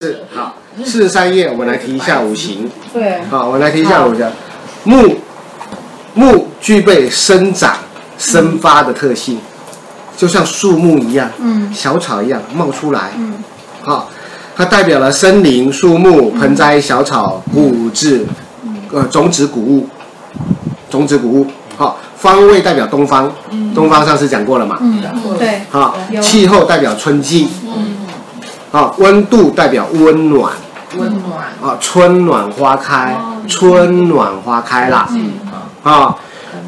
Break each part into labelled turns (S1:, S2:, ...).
S1: 是好，四十三页我们来提一下五行。
S2: 对，
S1: 好，我们来提一下五行。木木具备生长、生发的特性，就像树木一样，
S2: 嗯
S1: 小草一样冒出来。
S2: 嗯
S1: 好，它代表了森林、树木、盆栽、小草、谷子，呃，种子谷物，种子谷物。好，方位代表东方，东方上次讲过了嘛？
S2: 嗯，对，
S1: 好
S2: 有，
S1: 气候代表春季，
S3: 嗯，
S1: 好，温度代表温暖。
S3: 温暖，
S1: 啊，春暖花开，春暖花开啦。
S2: 嗯
S1: 啊，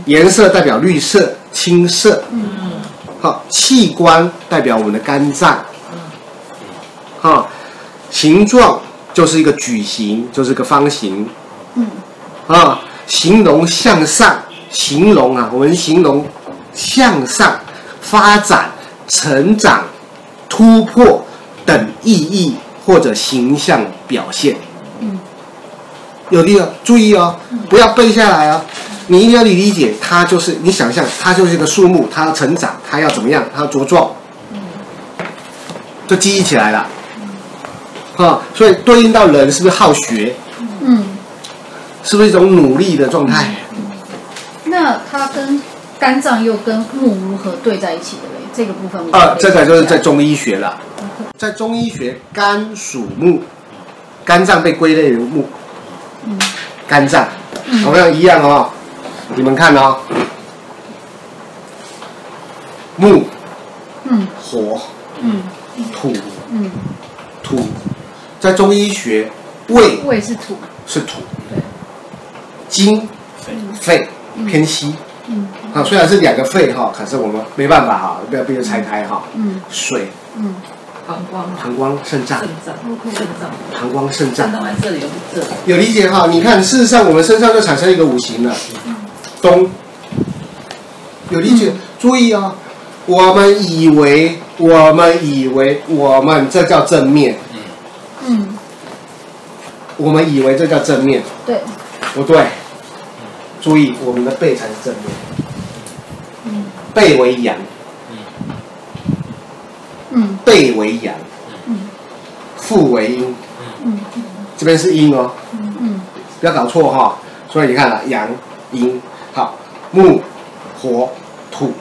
S1: 颜色代表绿色、青色。好、器官代表我们的肝脏。好、形状就是一个矩形，就是一个方形。
S2: 嗯
S1: 啊、形容向上，形容啊，我们形容向上、发展、成长、突破等意义或者形象表现。
S2: 嗯，
S1: 有的哦，注意哦，不要背下来哦，你一定要理理解，它就是你想象，它就是一个树木，它要成长，它要怎么样，它要茁壮，就记忆起来了。啊、所以对应到人是不是好学？
S2: 嗯，
S1: 是不是一种努力的状态？
S2: 那它跟肝脏又跟木如何对在一起的嘞？这个部分我
S1: 呃，
S2: 可以
S1: 这个就是
S2: 讲
S1: 在
S2: 一下
S1: 中医学了，在中医学，肝属木，肝脏被归类为木，
S2: 嗯
S1: 肝脏
S2: 嗯
S1: 同样一样哦。你们看哦，木
S2: 嗯
S1: 火
S2: 嗯
S1: 土
S2: 嗯，
S1: 土，在中医学，胃
S2: 胃是土，
S1: 是土
S2: 对，
S1: 金肺
S2: 嗯
S1: 偏西
S2: 嗯
S1: 啊，虽然是两个肺哈，可是我们没办法哈，不要被拆开哈。
S2: 嗯
S1: 水、
S2: 嗯
S3: 膀胱嘛，
S1: 膀胱、肾脏
S3: 肾、脏，肾脏，
S1: 膀胱、肾脏
S3: 肾。脏完这里又不这里，
S1: 有理解哈？你看，事实上我们身上就产生一个五行了，东。有理解？注意哦，我们以为，我们以为，我们这叫正面，
S2: 嗯，
S1: 我们以为这叫正面，
S2: 对，
S1: 不对。注意，我们的背才是正面，
S2: 嗯
S1: 背为阳，
S2: 嗯
S1: 背为阳，
S2: 嗯
S1: 腹为阴，
S2: 嗯
S1: 这边是阴哦，
S2: 嗯
S1: 不要搞错哈、所以你看啊，阳、阴，好，木、火、土、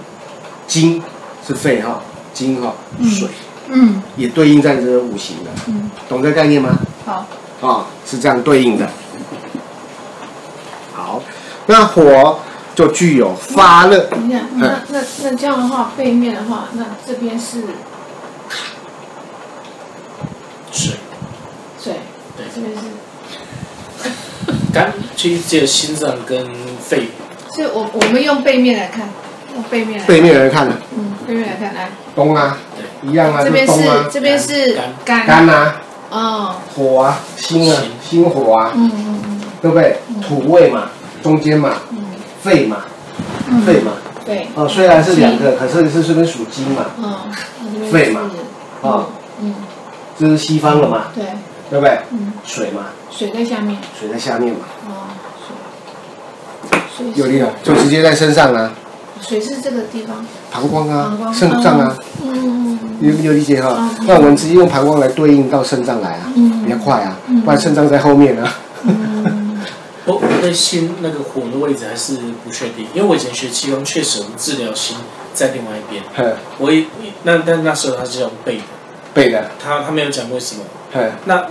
S1: 金是肺哈、金哈、
S2: 嗯
S1: 水、
S2: 嗯
S1: 也对应在这个五行的，
S2: 嗯，
S1: 懂这个概念吗？
S2: 好，
S1: 啊、是这样对应的。好，那火就具有发热，
S4: 你看，
S1: 嗯
S4: 那那那这样的话，背面的话，那这边是
S5: 水
S4: 水，
S5: 对
S4: 这边是，
S5: 肝其实只有心脏跟肺，
S4: 所以我我们用背面来看，用背面来看，
S1: 背面人看了，
S4: 嗯，背面来看，来，
S1: 东啊，一样啊，
S4: 这
S1: 就
S4: 边
S1: 东啊
S4: 是，这边是肝，
S1: 肝啊，
S4: 哦，
S1: 火啊，心啊，心火啊，
S4: 嗯嗯嗯，
S1: 对不对？土味嘛，中间嘛，肺嘛，
S2: 嗯
S1: 肺嘛。
S4: 对，
S1: 哦，虽然是两个，可是是这边属金嘛，
S4: 嗯，那这
S1: 肺
S4: 边
S1: 嘛
S4: 是，
S1: 啊，
S4: 嗯，
S1: 这是西方的嘛，
S4: 对，
S1: 对不对？
S4: 嗯，
S1: 水嘛，
S4: 水在下面，
S1: 水在下面嘛，
S4: 哦，水，水
S1: 有力
S4: 是
S1: 啊，就直接在身上啊，
S4: 水是这个地方，
S1: 膀胱
S4: 膀
S1: 啊，
S4: 胱
S1: 肾脏啊，
S4: 嗯
S1: 有有理解哈
S4: 嗯？
S1: 那我们直接用膀胱来对应到肾脏来啊，
S4: 嗯
S1: 比较快啊，
S4: 嗯
S1: 不然肾脏在后面啊。
S4: 嗯
S5: 我我对心哦那个火的位置还是不确定，因为我以前学气功，确实我们治疗心在另外一边，
S1: 呵，
S5: 我也那但那时候他是用背的，
S1: 背的，嗯
S5: 他他没有讲为什么。
S1: 呵，
S5: 那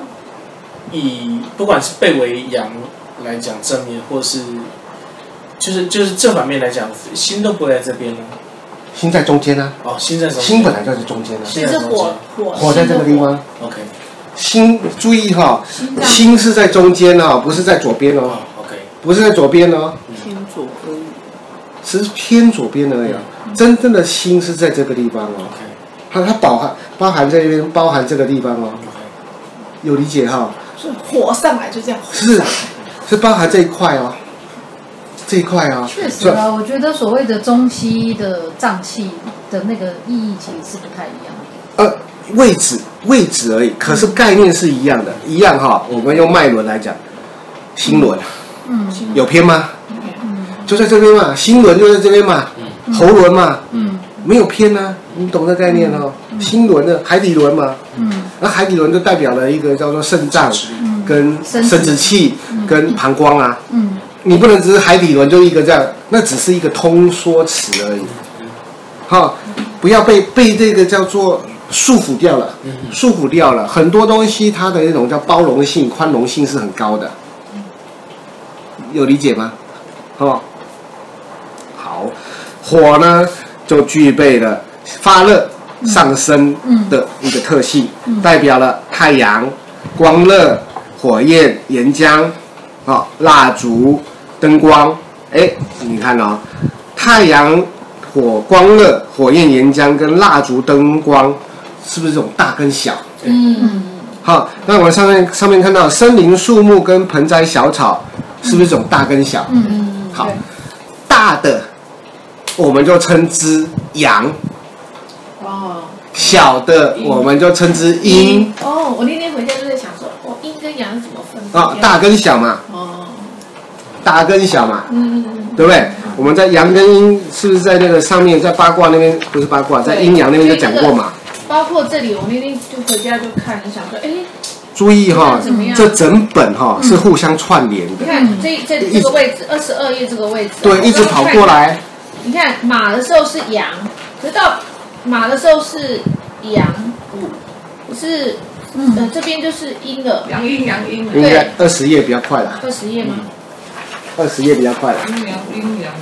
S5: 以不管是背为阳来讲正面，或是就是就是正反面来讲，心都不会在这边了。啊
S1: 心在中间啊，
S5: 哦，心在什么？
S1: 心本来就是中间啊，
S5: 心
S4: 水
S5: 在
S4: 是
S5: 中
S4: 火
S5: 间。
S4: 火
S1: 火在这个地方，
S5: OK，
S1: 心注意哈，
S4: 心脏
S1: 心是在中间哦，不是在左边哦，
S5: 哦，OK，
S1: 不是在左边哦。
S3: 天左和
S1: 只是偏左边而已啊。
S2: 嗯
S1: 真正的心是在这个地方哦，
S5: OK，
S1: 它它包含包含这边，包含这个地方哦，
S5: OK，
S1: 有理解哈、
S4: 是火上来就这样，
S1: 是
S2: 啊
S1: 是包含这一块哦，这一块哦，
S2: 确实啊，我觉得所谓的中西医的脏器的那个意义其实是不太一样的。
S1: 就呃位置位置而已，可是概念是一样的，一样哈、我们用脉轮来讲，心轮
S2: 嗯
S4: 心
S1: 有偏吗？
S4: ，OK，
S2: 嗯
S1: 就在这边嘛，心轮就在这边嘛，
S5: 嗯
S1: 喉轮嘛，
S2: 嗯
S1: 没有偏啊，你懂这概念哦？心轮的海底轮嘛，
S2: 嗯
S1: 那海底轮就代表了一个叫做肾脏
S2: 嗯
S1: 跟生
S2: 生殖
S1: 殖器跟膀胱啊，
S2: 嗯
S1: 你不能只是海底轮就一个这样，那只是一个通说词而已。哈，不要被被这个叫做束缚掉了，束缚掉了很多东西，它的那种叫包容性、宽容性是很高的，有理解吗？哦，好，火呢就具备了发热上升
S2: 嗯
S1: 的一个特性，代表了太阳、光热、火焰、岩浆、哦、蜡烛、灯光，哎，你看哦，太阳、火、光热、火焰、岩浆跟蜡烛、灯光，是不是这种大跟小？
S3: 嗯，
S1: 好，那我们上面上面看到森林、树木跟盆栽、小草，是不是这种大跟小？
S2: 嗯
S1: 好，大的我们就称之阳，
S3: 哦，
S1: 小的我们就称之阴。
S4: 嗯
S3: 哦，我那天回家就在想说，哦，阴跟阳怎么分别
S1: 啊、大跟小嘛，
S3: 哦，
S1: 大跟小嘛，
S3: 嗯，
S1: 对不对？我们在阳跟阴是不是在那个上面，在八卦那边不是八卦，在阴阳那边就讲过嘛？
S3: 包括这里，我那天就回家就看，想说，哎，
S1: 注意哈、
S3: 怎么样嗯
S1: 这整本哈、是互相串联的
S4: 嗯
S3: 你，看这这里这个位置，二十二页这个位置，
S1: 对，一直跑过。来，
S3: 你看马的时候是羊，可是到马的时候是羊五，不是，呃，这边就是阴了，
S4: 阳阴阳阴
S1: 应
S4: 啊，
S1: 该二十页比较快了，
S3: 二十页吗？
S1: 二十页比较快了，
S4: 阴阳阴阳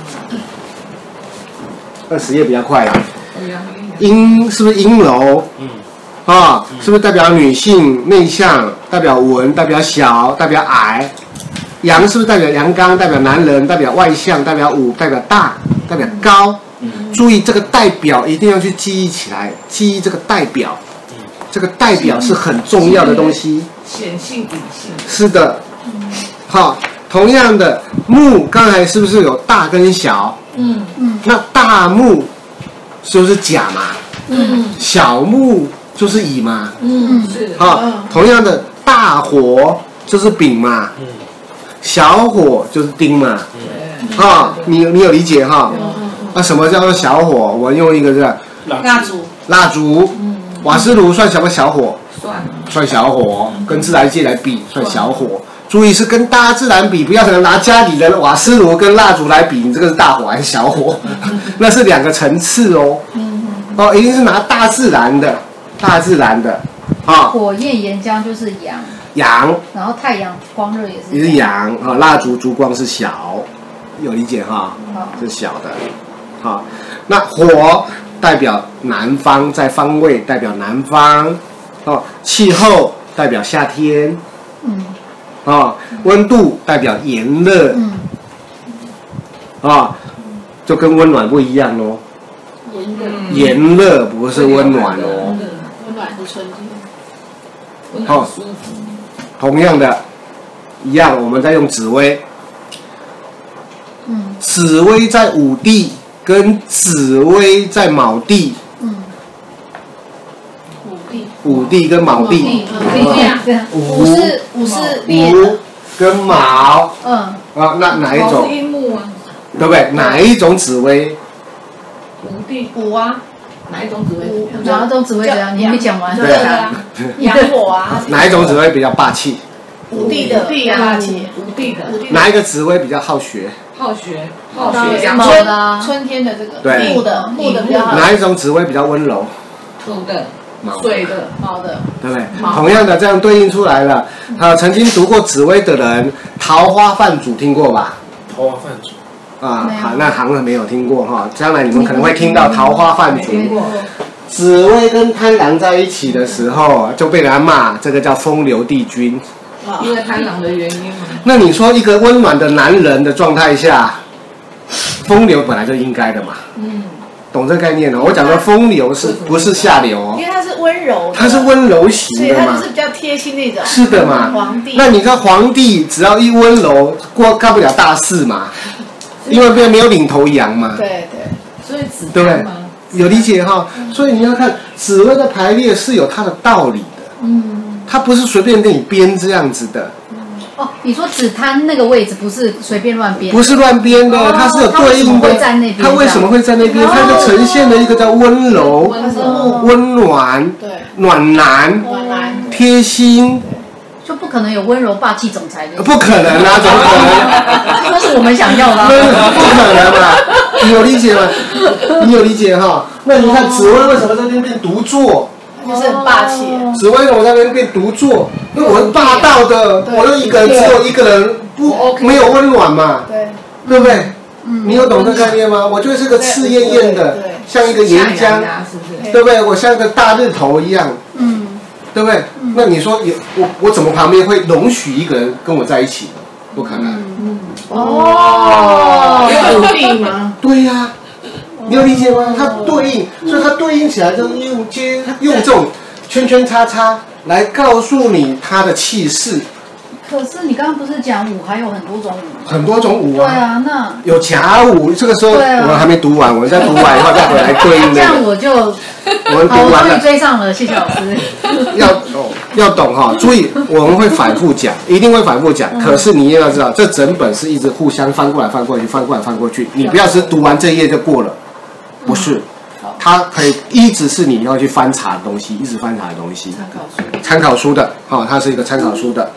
S1: 二十页比较快了。
S4: 阴阳阴阳，
S1: 阴是不是阴柔
S5: 嗯，
S1: 啊？是不是代表女性内向，代表文，代表小，代表矮？阳是不是代表阳刚，代表男人，代表外向，代表武，代表大，代表高？注意这个代表一定要去记忆起来，记忆这个代表，这个代表是很重要的东西。
S4: 显性隐性，
S1: 是的，好，同样的木，刚才是不是有大跟小？
S3: 嗯
S1: 那大木就是甲嘛，
S3: 嗯
S1: 小木就是乙嘛。
S3: 嗯
S4: 是
S1: 啊，同样的大火就是丙嘛，
S5: 嗯
S1: 小火就是丁嘛，
S4: 嗯
S1: 啊，你你有理解哈？啊，什么叫做小火？我们用一个是
S5: 蜡烛，
S3: 烛，
S1: 蜡烛、瓦斯炉算什么小火？
S4: 算了，
S1: 算小火，跟自然界来比算小火。注意是跟大自然比，不要拿家里的瓦斯炉跟蜡烛来比，你这个是大火还是小火？ 那是两个层次哦。哦，一定是拿大自然的，大自然的啊，
S2: 火焰岩浆就是阳，
S1: 阳
S2: 然后太阳光热也
S1: 你
S2: 是
S1: 是阳啊，蜡烛烛光是小，有理解哈？
S2: 好
S1: 是小的，好，那火代表南方，在方位代表南方，哦，气候代表夏天，
S2: 嗯
S1: 哦，温度代表炎热，
S2: 嗯
S1: 啊，就跟温暖不一样哦，
S3: 炎热，
S2: 嗯
S1: 炎热不是温暖哦。
S3: 温暖的春天，
S4: 我好舒服，
S1: 同样的，一样，我们在用紫薇，
S2: 嗯
S1: 紫薇在五地跟紫薇在卯地。
S2: 嗯，
S3: 五地，
S1: 五地跟卯地，
S2: 嗯
S3: 不一样，
S2: 这样，
S3: 五是五是烈
S1: 五跟卯
S2: 嗯
S1: 啊，那哪一
S4: 毛
S1: 种
S4: 是樱木啊，
S1: 对不对？哪一种紫薇？
S4: 五帝
S3: 五啊，
S4: 哪一种紫
S3: 五
S4: 薇？
S2: 然后都只会这样，你还没讲完，
S3: 热啊，阳火啊，
S1: 哪一种紫薇比较霸气？
S3: 五地的
S4: 地
S3: 大
S4: 啊
S3: 气，，
S4: 五帝
S3: 五
S4: 的
S3: 地
S1: 哪一个紫薇比较好学？
S4: 好学，好
S3: 春
S4: 学，
S2: 阳
S4: 木
S2: 光
S3: 春春天的这个
S1: 对
S3: 木的木的比较好，
S1: 哪一种紫薇比较温柔？
S4: 土的，
S1: 卯，
S4: 水的，
S3: 好的，
S1: 对不对？
S3: 卯
S1: 同样的，这样对应出来了。呃，曾经读过紫薇的人，桃花饭主听过吧？
S5: 桃花饭煮，
S1: 啊
S2: 没，有
S1: 好，那行了没有听过哈，将来你们可能会听到桃花饭主。
S4: 听过，
S1: 紫薇跟贪狼在一起的时候，就被人家骂，这个叫风流帝君。
S3: 啊
S4: 因为贪狼的原因嘛，
S1: 那你说一个温暖的男人的状态下，风流本来就应该的嘛，
S3: 嗯，
S1: 懂这概念呢？哦我讲的风流是不是下流哦？
S3: 因为它是温柔的，
S1: 它是温柔型
S3: 所以
S1: 的
S3: 他
S1: 嘛
S3: 就是，比较贴心那种。
S1: 是的嘛。
S3: 皇帝。
S1: 那你看皇帝只要一温柔，过干不了大事嘛，因为没有没有领头羊嘛，
S3: 对对，
S4: 所以紫
S1: 对不对
S4: 丹嘛，？
S1: 有理解哈？所以你要看紫薇的排列是有它的道理的，
S3: 嗯，
S1: 它不是随便给你编这样子的。
S2: 哦，你说只摊那个位置不是随便乱编？
S1: 不是乱编的，
S2: 哦
S1: 它是有对应的。它
S2: 它
S1: 为
S2: 为
S1: 什
S2: 什
S1: 么
S2: 么
S1: 会在那边？它就呈现了一个叫温柔、
S4: 它是木，
S1: 温暖、
S4: 对，
S1: 暖男、
S4: 暖男，
S1: 贴心，
S2: 就不可能有温柔霸气总裁的，
S1: 不可能 啊，怎么可能？
S2: 那是我们想要 的啊。
S1: 那不可能嘛？你有理解吗？你有理解哈？那你看紫薇为什么在那边变独坐？
S4: 就是很霸气。
S1: 紫薇我在那边变独坐，因为我是霸道的，
S4: 对
S1: 我又一个人，
S4: 对
S1: 只有一个人，不没有温暖嘛，
S4: 对，
S1: 对不对？
S2: 嗯
S1: 你有懂这概念吗？我就是个刺艳艳的
S4: 对对对，啊
S1: 像一个岩
S6: 象牙，
S1: 浆
S6: 牙是不是？
S1: 对不对？我像个大日头一样，
S2: 嗯，
S1: 对不对？那你说有我我怎么旁边会容许一个人跟我在一起呢？不可能。
S4: 哦，有鼓励吗？
S1: 对呀、你有理解吗？它对应，所以它对应起来就是用接用这种圈圈叉叉来告诉你它的气势，
S2: 可是你刚刚不是讲舞还有很多种舞？
S1: 很多种舞
S2: 对
S1: 啊，
S2: 啊，那
S1: 有甲舞。这个时候
S2: 对啊
S1: 我还没读完，我再读完以后再回来嗯对应那
S2: 这样哦
S1: 个。
S2: 我就
S1: 我们
S2: 好，
S1: 读
S2: 我
S1: 完
S2: 终于
S1: 了，
S2: 追上了，谢谢老师。
S1: 要哦要懂哈、注意我们会反复讲，一定会反复讲。
S6: 嗯
S1: 可是你也要知道，这整本是一直互相翻过来翻过去，翻过来翻过去，
S6: 嗯
S1: 你不要是读完这一页就过了，不是。它可以一直是你要去翻查的东西，一直翻查的东西。
S6: 参考书。嗯
S1: 参考书的，好、它是一个参考书的，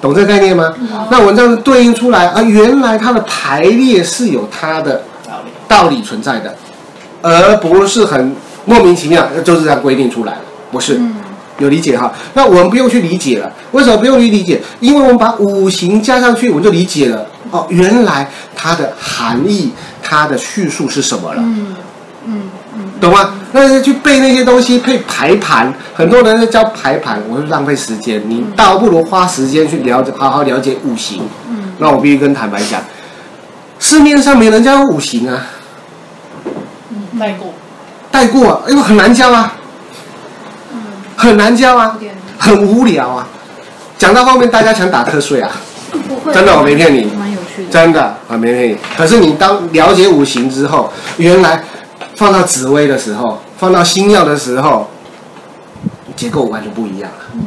S1: 懂这个概念吗？那文章对应出来啊，原来它的排列是有它的道理存在的，而不是很莫名其妙就是这样规定出来了，不是？有理解哈？那我们不用去理解了，为什么不用去理解？因为我们把五行加上去，我们就理解了哦，原来它的含义、它的叙述是什么了。
S2: 嗯嗯
S1: 懂吗？那是去背那些东西，配排盘，很多人在教排盘，我是浪费时间。你倒不如花时间去了解，好好了解五行。
S2: 嗯，
S1: 那我必须跟坦白讲，市面上没人教五行啊，
S4: 带过，
S1: 带过、啊，因为很难教啊，很难教啊
S4: 嗯有，点
S1: 很无聊啊。讲到后面，大家想打瞌睡啊，
S2: 不 会，
S1: 真的我没骗你
S2: 蛮有趣的。
S1: 真的很没骗你。可是你当了解五行之后，原来放到紫薇的时候，放到星耀的时候，结构完全不一样了，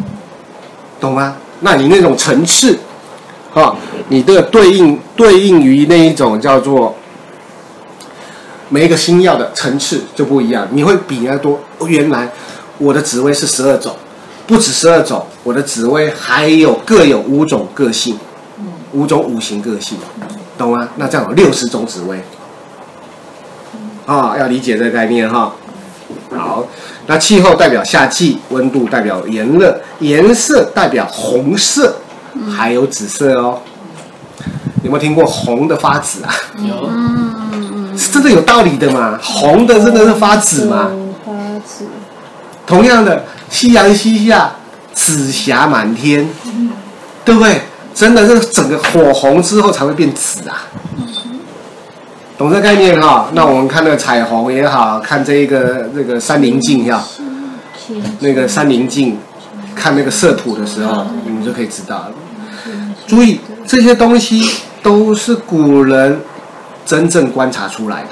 S1: 懂吗？那你那种层次，啊、你这个对应对应于那一种叫做每一个星耀的层次就不一样，你会比人家多。哦原来我的紫薇是十二种，不止十二种，我的紫薇还有各有五种个性，五种五行个性，懂吗？那这样有六十种紫薇，啊、要理解这个概念哈、好，那气候代表夏季，温度代表炎热，颜色代表红色，还有紫色哦。有没有听过红的发紫啊？
S5: 有
S2: 嗯嗯
S1: 是真的有道理的嘛？红的真的是发紫嘛？
S4: 花枝，
S1: 同样的，夕阳西下，紫霞满天，对不对？真的是整个火红之后才会变紫啊，懂这概念哈、那我们看那个彩虹也好看，这一个那个山林镜呀，那个山林镜，看那个色谱的时候，你们就可以知道了。注意，这些东西都是古人真正观察出来的。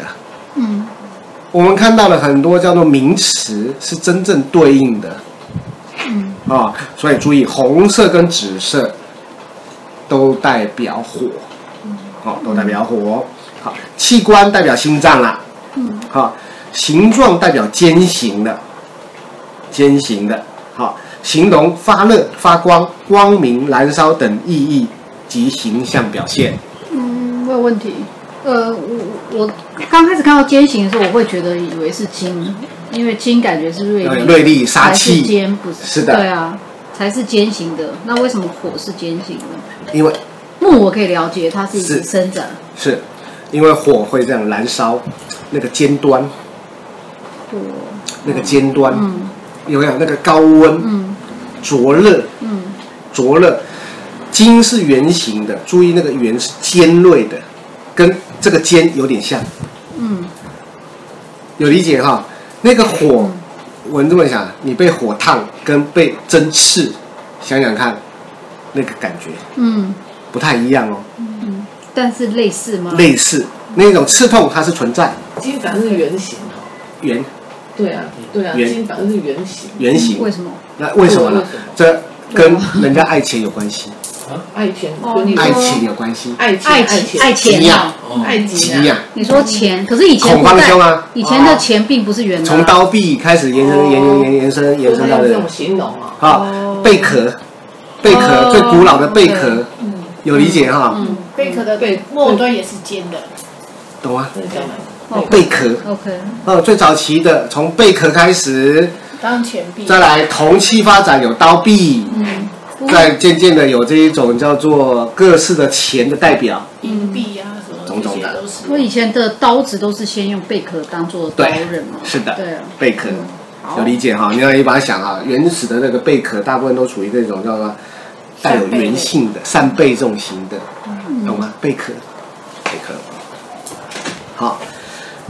S2: 嗯
S1: 我们看到了很多叫做名词是真正对应的，
S2: 嗯
S1: 啊、所以注意红色跟紫色都代表火，哦，都代表火。好，器官代表心脏啦，
S2: 嗯，
S1: 好、形状代表尖形的，尖形的，好、形容发热、发光、光明、燃烧等意义及形象表现。
S2: 嗯，我有问题。呃，我我刚开始看到尖形的时候，我会觉得以为是金，因为金感觉是锐
S1: 对
S2: 利，
S1: 呃锐利杀
S2: 才是
S1: 气，
S2: 尖不是？
S1: 是的
S2: 对啊，才是尖形的。那为什么火是尖形的？
S1: 因为
S2: 木我可以了解，它是一直
S1: 是
S2: 生长，
S1: 是，因为火会这样燃烧，那个尖端，
S2: 火，
S1: 那个尖端，
S2: 嗯
S1: 有没有那个高温、
S2: 嗯
S1: 灼热、
S2: 嗯
S1: 灼热？金是圆形的，注意那个圆是尖锐的，跟这个尖有点像，
S2: 嗯
S1: 有理解哈？那个火，
S2: 嗯
S1: 我们这么想，你被火烫跟被针刺，想想看，那个感觉
S2: 嗯，
S1: 不太一样哦，
S2: 但是类似吗？
S1: 类似那种刺痛它是存在，
S6: 金反是圆形哦。
S1: 圆
S6: 对啊，对啊，
S1: 圆
S6: 金反是圆形。嗯
S1: 圆形
S2: 为。什么？
S1: 那为什么呢
S6: 为什么？
S1: 这跟人家爱情有关系。
S6: 爱钱
S4: 哦
S6: 跟你
S1: 爱情有关系，
S6: 爱钱
S2: 爱
S6: 爱
S2: 情
S6: 钱
S2: 爱
S1: 吉
S2: 钱
S1: 亚
S2: 啊，
S5: 哦，
S6: 爱
S1: 吉
S6: 情啊，
S1: 亚，
S2: 你说钱，可是以前
S1: 孔
S2: 不
S1: 方兄
S2: 在，
S1: 啊，
S2: 以前的钱并不是圆的啊，
S1: 从刀币开始延伸、
S6: 哦
S1: 延延延延伸、
S6: 就
S1: 延
S6: 是
S1: 伸到
S6: 用这
S1: 的
S6: 种，形容啊，
S1: 好，贝壳，贝壳
S2: 哦
S1: 最古老的贝壳，
S6: 嗯，
S1: 有理解哈？
S2: 嗯
S4: 贝壳的
S6: 贝
S4: 末端也是尖的，
S1: 懂吗？
S6: 那叫什么？
S2: 哦
S1: 贝壳，
S2: ，OK，
S1: 呃，最早期的从贝壳开始，
S4: 当钱币。
S1: 再来铜器发展有刀币，
S2: 嗯，不
S1: 再渐渐的有这一种叫做各式的钱的代表，
S4: 银币啊什么
S1: 种
S4: 这
S1: 种
S4: 些
S1: 的
S4: 都是。
S2: 我以前的刀子都是先用贝壳当做刀刃嘛，
S1: 是的
S2: 对啊，
S1: 贝壳。
S2: 好
S1: 有理解哈，你要一把想啊，原始的那个贝壳大部分都属于那种叫做带有圆性的扇贝这种型的，懂吗？贝壳，贝壳。好，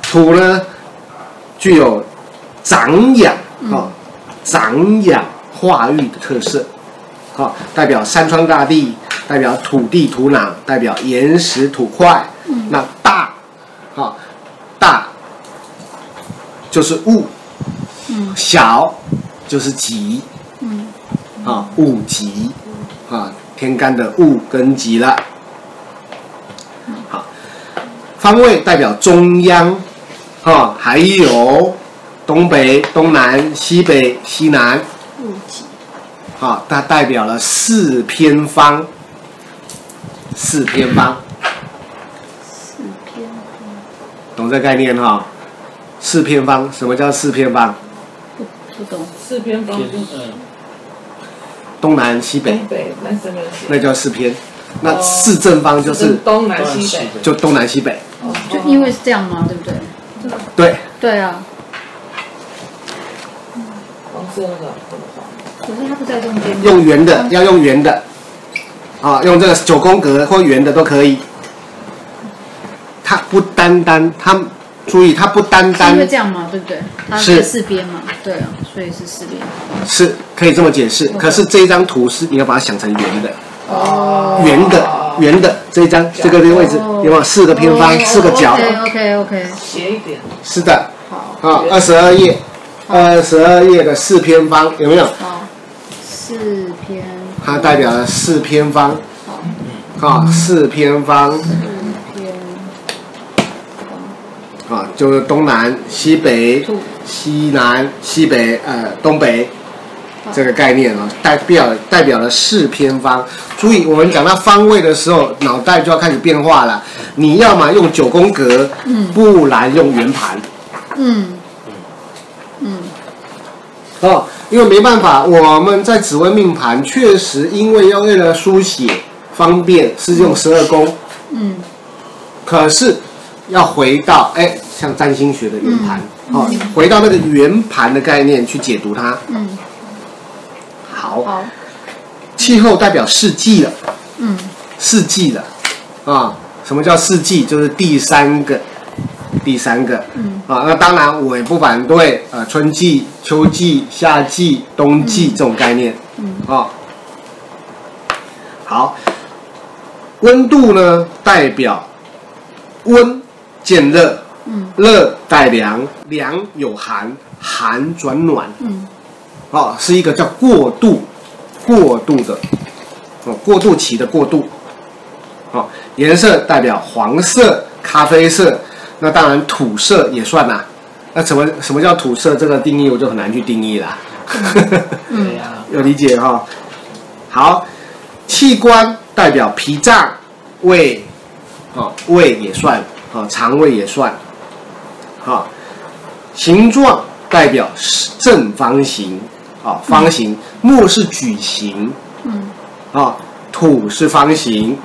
S1: 土呢具有长养哈、长养化育的特色，好、代表山川大地，代表土地土壤，代表岩石土块。那大，哈、大就是物，小就是极，嗯，啊，物极，啊，天干的物跟极了。好，方位代表中央，啊，还有东北、东南、西北、西南，
S2: 物极，
S1: 啊，它代表了四偏方，四偏方，
S2: 四篇，
S1: 懂这概念哈、四偏方，什么叫四偏方？
S2: 不不懂，
S6: 四边方
S5: 偏
S6: 就是
S5: 嗯，
S1: 东南西北，
S6: 东北南三边西，
S1: 那叫四偏。那哦四正方就是
S6: 东南西北，
S1: 就东南西北，
S2: 就因为是这样嘛，对不对？
S1: 对，
S2: 对啊，
S6: 黄色那个怎么黄？
S2: 可是它不在中间，
S1: 用圆的要用圆的，啊，用这个九宫格或圆的都可以。它不单单，它注意，它不单
S2: 是因为
S1: 单
S2: 这样嘛，对不对？它
S1: 是
S2: 是四边嘛，对啊，所以是四边。
S1: 是可以这么解释，
S2: 嗯
S1: 可是这一张图是你要把它想成圆的，
S6: 哦
S1: 圆的，圆的这一张这个位置
S2: 哦
S1: 有没有四个偏方，四个角？
S2: OK OK OK，
S6: 斜一点，
S1: 是的，
S2: 好，
S1: 啊，二十二页，二十二页的四偏方有没有？
S2: 好，四篇，
S1: 它代表了四偏方，啊，四偏方。
S2: 四篇
S1: 啊，就是东南、西北、
S2: 土
S1: 西南、西北，呃，东北这个概念啊，代表代表了四偏方。注意，我们讲到方位的时候，脑袋就要开始变化了。你要么用九宫格，
S2: 嗯
S1: 不然用圆盘
S2: 嗯嗯，
S1: 哦，因为没办法，我们在紫微命盘确实因为要为了书写方便是用十二宫，
S2: 嗯，
S1: 可是要回到哎，像占星学的圆盘，哦，回到那个圆盘的概念去解读它。
S2: 嗯，
S1: 好，
S2: 好，
S1: 气候代表四季了，
S2: 嗯
S1: 四季了，啊，什么叫四季？就是第三个，第三个，
S2: 嗯，
S1: 啊，那当然我也不反对，呃，春季、秋季、夏季、冬季这种概念，
S2: 嗯，
S1: 啊，好，温度呢代表温见热，
S2: 嗯
S1: 热带凉，凉有寒，寒转暖，
S2: 嗯
S1: 哦，是一个叫过渡，过渡的，哦，过渡期的过渡，哦，颜色代表黄色、咖啡色，那当然土色也算啦、那什么什么叫土色？这个定义我就很难去定义啦，
S5: 对
S6: 嗯
S5: 呀，
S1: 有理解哈、好，器官代表脾脏、胃，哦，胃也算，哦，肠胃也算，好、形状代表正方形，啊、方形，木是矩形，
S2: 嗯
S1: 啊、土是方形，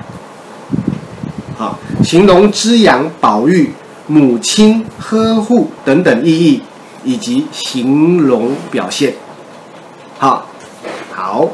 S1: 啊、形容滋养、保育、母亲呵护等等意义，以及形容表现。好、好，